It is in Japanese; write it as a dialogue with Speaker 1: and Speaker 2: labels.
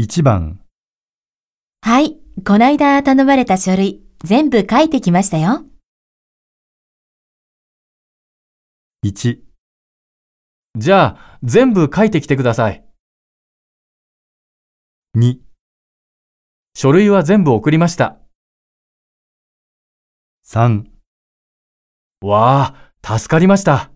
Speaker 1: 1番、
Speaker 2: はい、こないだ頼まれた書類、全部書いてきましたよ。
Speaker 1: 1、
Speaker 3: じゃあ、全部書いてきてください。
Speaker 1: 2、
Speaker 3: 書類は全部送りました。
Speaker 1: 3。
Speaker 3: わあ、助かりました。